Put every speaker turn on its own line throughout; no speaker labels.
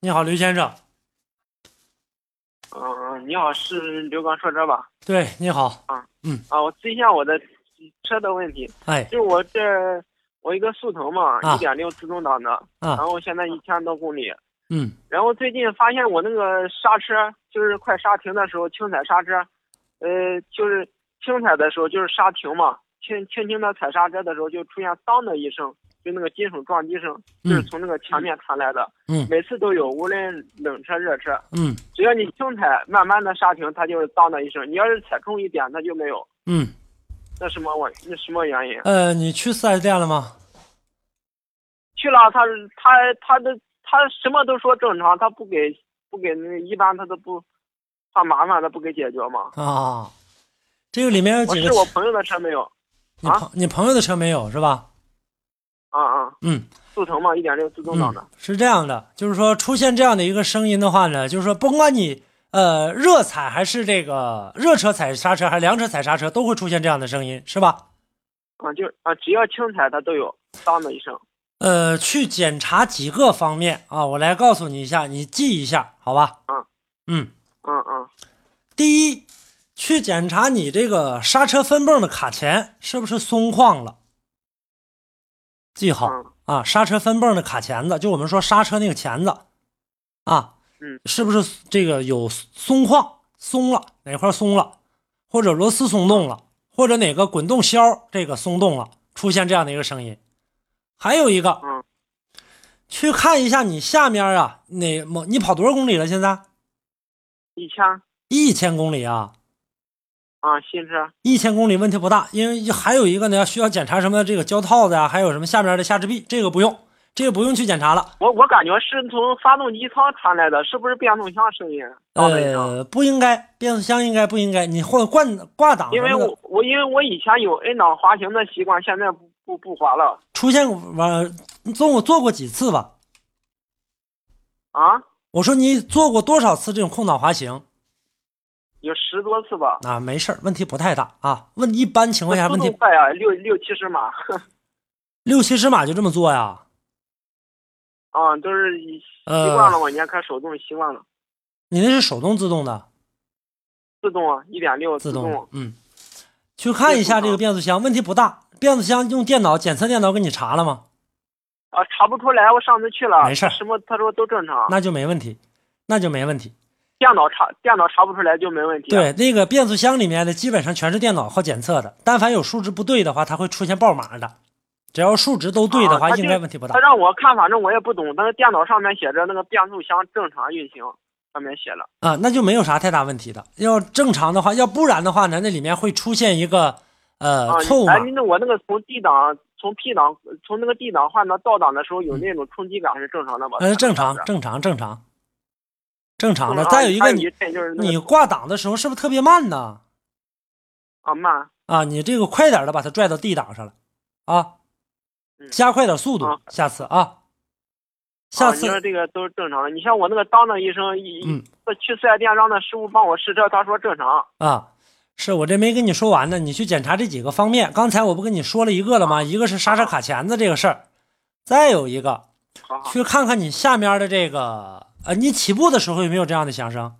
你好，刘先生。
嗯、你好，是刘刚说车吧？
对，你好。
啊，我咨询一下我的车的问题，
哎，
就是我这我一个速腾嘛，
啊
一点六自动挡的，
啊
然后现在一千多公里，
嗯，
然后最近发现我那个刹车，就是快刹停的时候轻踩刹车，呃，就是轻踩的时候就是刹停嘛，轻轻轻的踩刹车的时候就出现当的一声，就那个金属撞击声，就是
嗯
从那个前面传来的，
嗯
每次都有，无论冷车热车，
嗯
只要你轻踩，慢慢的刹停，它就是当的一声，你要是踩重一点，它就没有，
嗯，
那什么问，那什么原因？
呃，你去四 S 店了吗？
去了他是他他的他什么都说正常，他不给不给那一般他都不怕麻烦，他不给解决嘛。
啊，这个里面有
我
几个
是？我朋友的车没有，
你
啊
朋、你朋友的车没有是吧？
啊啊，
嗯，
速腾嘛，一点六自动挡的
嗯，是这样的，就是说出现这样的一个声音的话呢，就是说甭管你呃热踩还是这个热车踩刹车还是凉车踩刹车，都会出现这样的声音，是吧？嗯
啊，就啊，只要轻踩它都有当的一声。
呃，去检查几个方面啊，我来告诉你一下，你记一下，好吧？
嗯
嗯，
嗯嗯
第一，去检查你这个刹车分泵的卡钳是不是松旷了，记好
嗯
啊，刹车分泵的卡钳子，就我们说刹车那个钳子啊，
嗯，
是不是这个有松旷、松了哪块松了，或者螺丝松动了，或者哪个滚动销这个松动了，出现这样的一个声音。还有一个，
嗯
去看一下你下面啊，哪某你跑多少公里了？现在
一千
一千公里啊，
啊，新车
一千公里问题不大，因为还有一个呢，需要检查什么这个胶套子呀、还有什么下面的下支臂，这个不用，这个不用去检查了。
我我感觉是从发动机舱传来的，是不是变速箱声音？当的一声。
呃，不应该，变速箱应该不应该？你换挂挂档什
因为
么的
我，我因为我以前有 N 档滑行的习惯，现在不不不滑了
出现完做过做过几次吧？
啊，
我说你做过多少次这种空档滑行
有十多次吧。
啊？没事儿，问题不太大啊。问一般情况下
速
问
度
题
快啊，六六七十码，
六七十码就这么做呀？
啊，都是已习惯
呃
了，，往前开手动习惯了，
你那是手动自动的，
自动啊，一点六
自动的
动，，
嗯。去看一下这个变速箱，问题不大。变速箱用电脑检测电脑给你查了吗？
啊，查不出来，我上次去了，
没事儿
什么他说都正常，
那就没问题，那就没问题。
电脑查电脑查不出来就没问题，，啊
对，那个变速箱里面的基本上全是电脑好检测的，但凡有数值不对的话，它会出现爆码的。只要数值都对的
啊
话，
它就
应该问题不大
他。让我看，反正我也不懂，但是电脑上面写着那个变速箱正常运行，上面写了，
啊，那就没有啥太大问题的。要正常的话，要不然的话呢，那里面会出现一个
啊
呃，错误码
哎，。那我那个从 D 档从 P 档从那个 D 档换到倒档的时候有那种冲击感是正常的吧？
嗯，正常，
正
正常，正常，正常的。
常
再有一个，
你
你
就是啊那
你
个
挂档的时候是不是特别慢呢？
啊慢，
啊，你这个快点的把它拽到 D 档上了，啊，
嗯
加快点速度
啊，
下次啊，下
啊
次
你说这个都是正常的。你像我那个当的医生，一、
嗯
一去四 S 店让那师傅帮我试车，他说正常。
啊，是我这没跟你说完呢，你去检查这几个方面。刚才我不跟你说了一个了吗？一个是刹车卡钳子这个事儿，再有一个
好好，
去看看你下面的这个，呃，你起步的时候有没有这样的响声？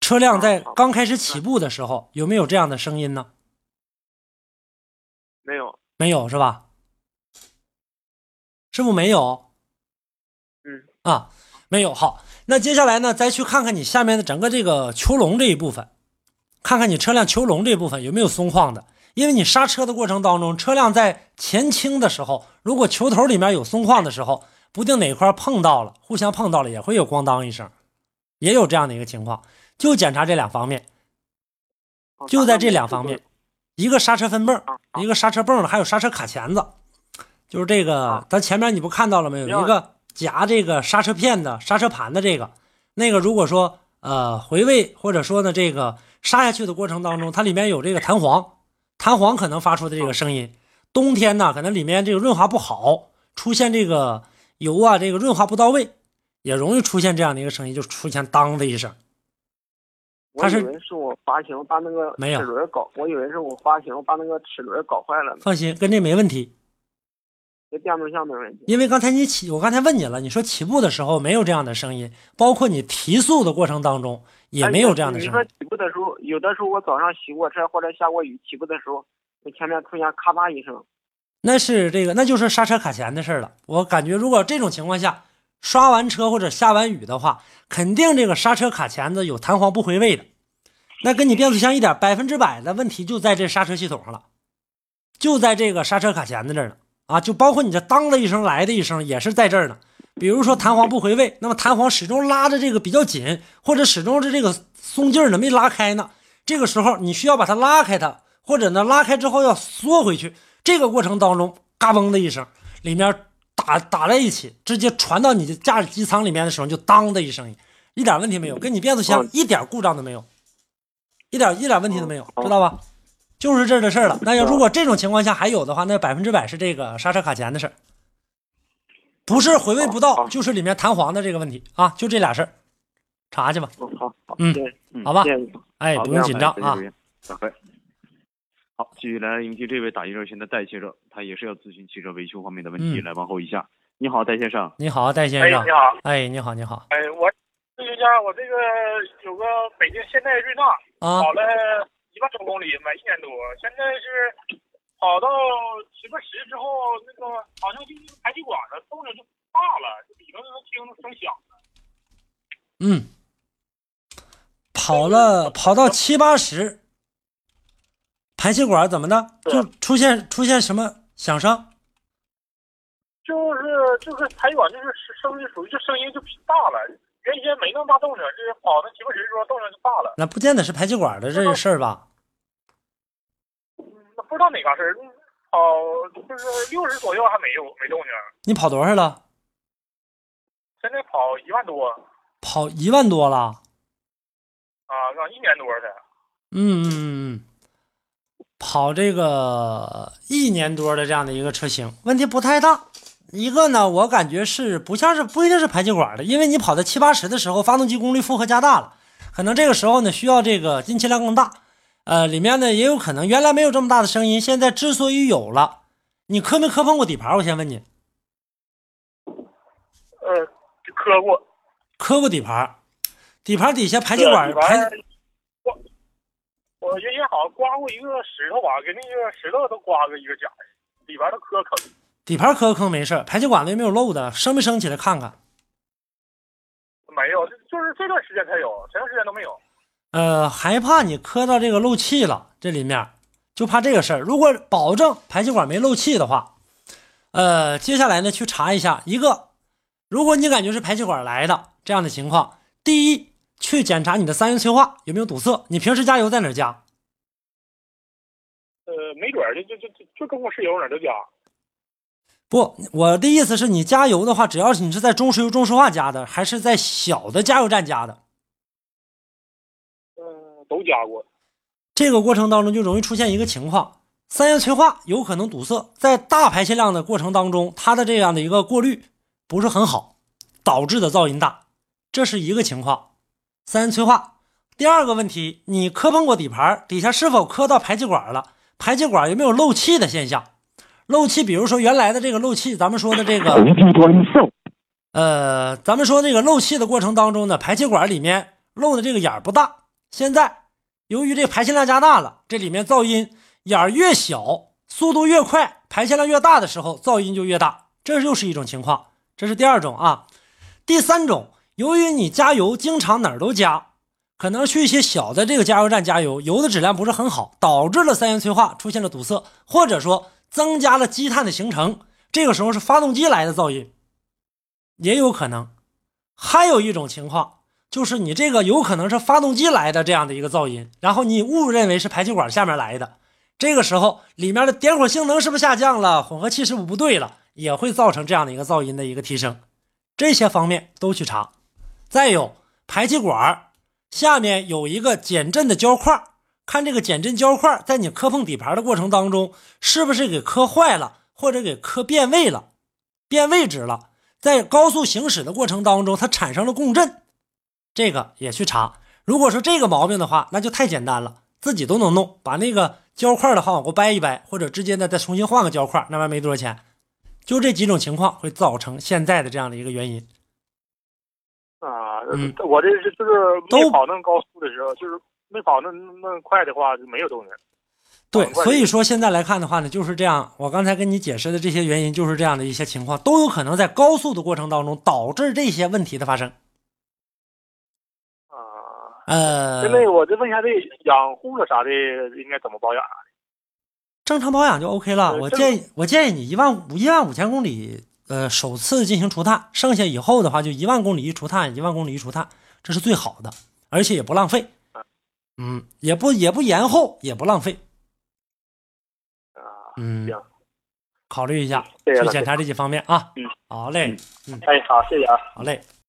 车辆在刚开始起步的时候有没有这样的声音呢？
没有，
没有是吧？是不是没有？
嗯，
啊，没有。好，那接下来呢，再去看看你下面的整个这个球笼这一部分，看看你车辆球笼这部分有没有松旷的。因为你刹车的过程当中，车辆在前倾的时候，如果球头里面有松旷的时候，不定哪块碰到了，互相碰到了，也会有咣当一声，也有这样的一个情况。就检查这两方面，
啊
就在这两方面，一个刹车分泵，
啊啊
一个刹车泵，还有刹车卡钳子，就是这个
啊，
咱前面你不看到了吗？有
另外
一个夹这个刹车片的、刹车盘的这个，那个如果说呃回位或者说呢这个刹下去的过程当中，它里面有这个弹簧，弹簧可能发出的这个声音，冬天呢可能里面这个润滑不好，出现这个油啊这个润滑不到位，也容易出现这样的一个声音，就出现当的一声。
我
他是
以为是我滑行把那个
没有
齿轮搞，我以为是我滑行把那个齿轮搞坏了呢。
放心，跟这没问题。
这变速箱的问题。
因为刚才你起，我刚才问你了，你说起步的时候没有这样的声音，包括你提速的过程当中也没有这样的
哎你
声
说
音。
起步的时候，有的时候我早上洗过车或者下过雨，起步的时候，那前面突然咔吧一声，
那是这个，那就是刹车卡钳的事儿了。我感觉如果这种情况下刷完车或者下完雨的话，肯定这个刹车卡钳子有弹簧不回位的，那跟你变速箱一点百分之百的问题就在这刹车系统上了，就在这个刹车卡钳子这儿呢啊，就包括你这当的一声来的一声也是在这儿呢。比如说弹簧不回位，那么弹簧始终拉着这个比较紧，或者始终是这个松劲儿呢没拉开呢，这个时候你需要把它拉开它，或者呢拉开之后要缩回去，这个过程当中嘎嘣的一声，里面打打在一起，直接传到你的驾驶机舱里面的时候就当的一声，一点问题没有，跟你变速箱
嗯
一点故障都没有，一点一点问题
哦
都没有，
嗯
知道吧？就是这儿的事儿了。那要
嗯
如果这种情况下还有的话，那百分之百是这个刹车卡钳的事儿，不是回味不
哦
到，
嗯
就是里面弹簧的这个问题啊，就这俩事儿，查去吧，
嗯，好，好，
嗯
谢谢
嗯
好吧
谢谢你啊。
哎，
好
不用紧张。
这
啊
样好。谢谢小黑好，继续来迎接这位打一热线的戴先生，他也是要咨询汽车维修方面的问题，
嗯
来问候一下。你好，戴先生。
你好，戴先
哎，
生
你。好，
哎，你好，你好
哎，我咨询一下，我这个有个北京现代瑞纳，
啊
跑了一万多公里，买一年多，现在是跑到时不时之后，那个好像就是排气管子动静就大了，就里头能听声响。
嗯，跑了跑到七八十，排气管怎么的就出现出现什么响声？
就是就是排气管就是声音属于就声音就大了，原先没那么大动静，就是跑那时不时之后动静就大了，
那不见得是排气管的这事儿吧？
嗯不知道哪嘎事儿，嗯跑就是六十左右还没有没动静，
你跑多少了？
现在跑一万多
跑一万多了。
啊，刚一年多才。
嗯嗯嗯嗯，跑这个一年多的这样的一个车型，问题不太大。一个呢，我感觉是不像是不一定是排气管的，因为你跑到七八十的时候，发动机功率负荷加大了，可能这个时候呢需要这个进气量更大。呃，里面呢也有可能原来没有这么大的声音，现在之所以有了，你磕没磕碰过底盘？我先问你，
呃，磕过，
磕过底盘，底盘底下排
排
气管排
刮，我原先好像刮过一个石头吧，给那个石头都刮个一个甲，里边都磕坑。
底盘磕坑没事儿，排气管子有没有漏的？升没升起来看看？
没有，就是这段时间才有，前段时间都没有。
呃，还怕你磕到这个漏气了，这里面就怕这个事儿。如果保证排气管没漏气的话，呃，接下来呢去查一下，一个，如果你感觉是排气管来的这样的情况，第一去检查你的三元催化有没有堵塞，你平时加油在哪儿加？
呃，没准儿就就就就就跟我室友哪儿都加。
不，我的意思是你加油的话，只要是你是在中石油、中石化加的，还是在小的加油站加的，
嗯、都加过。
这个过程当中就容易出现一个情况，三元催化有可能堵塞，在大排气量的过程当中，它的这样的一个过滤不是很好，导致的噪音大，这是一个情况。三元催化，第二个问题，你磕碰过底盘，底下是否磕到排气管了？排气管有没有漏气的现象？漏气，比如说原来的这个漏气，咱们说的这个
红地端送。
呃，咱们说这个漏气的过程当中呢，排气管里面漏的这个眼儿不大。现在由于这排气量加大了，这里面噪音眼儿越小，速度越快，排气量越大的时候，噪音就越大。这又是一种情况，这是第二种啊。第三种，由于你加油经常哪儿都加，可能去一些小的这个加油站加油，油的质量不是很好，导致了三元催化出现了堵塞，或者说增加了积碳的形成。这个时候是发动机来的噪音，也有可能。还有一种情况就是你这个有可能是发动机来的这样的一个噪音，然后你误认为是排气管下面来的，这个时候里面的点火性能是不是下降了，混合气是不是不对了，也会造成这样的一个噪音的一个提升。这些方面都去查。再有排气管儿下面有一个减震的胶块儿，看这个减震胶块儿在你磕碰底盘的过程当中，是不是给磕坏了，或者给磕变位了，变位置了。在高速行驶的过程当中，它产生了共振，这个也去查。如果说这个毛病的话，那就太简单了，自己都能弄。把那个胶块儿的话往过掰一掰，或者直接呢再重新换个胶块儿，那玩意儿没多少钱。就这几种情况会造成现在的这样的一个原因。
啊，
嗯
我这是就是
都
没跑那么高速的时候，就是没跑那那么快的话，就没有动静。
对，
很快
所以说现在来看的话呢，就是这样。我刚才跟你解释的这些原因，就是这样的一些情况，都有可能在高速的过程当中导致这些问题的发生。
啊，
呃，
现在我就问一下这养护了啥的，应该怎么保养啊？
正常保养就 OK 了。
呃
我
正
建议，我建议你一万五一万五千公里，呃，首次进行除碳，剩下以后的话就一万公里一除碳，一万公里一除碳，这是最好的，而且也不浪费。嗯，也不也不延后，也不浪费。
啊，
嗯
行，
考虑一下
谢谢
去
了
检查这几方面啊。
嗯，
好嘞，
嗯
哎，好，谢谢啊。
好嘞。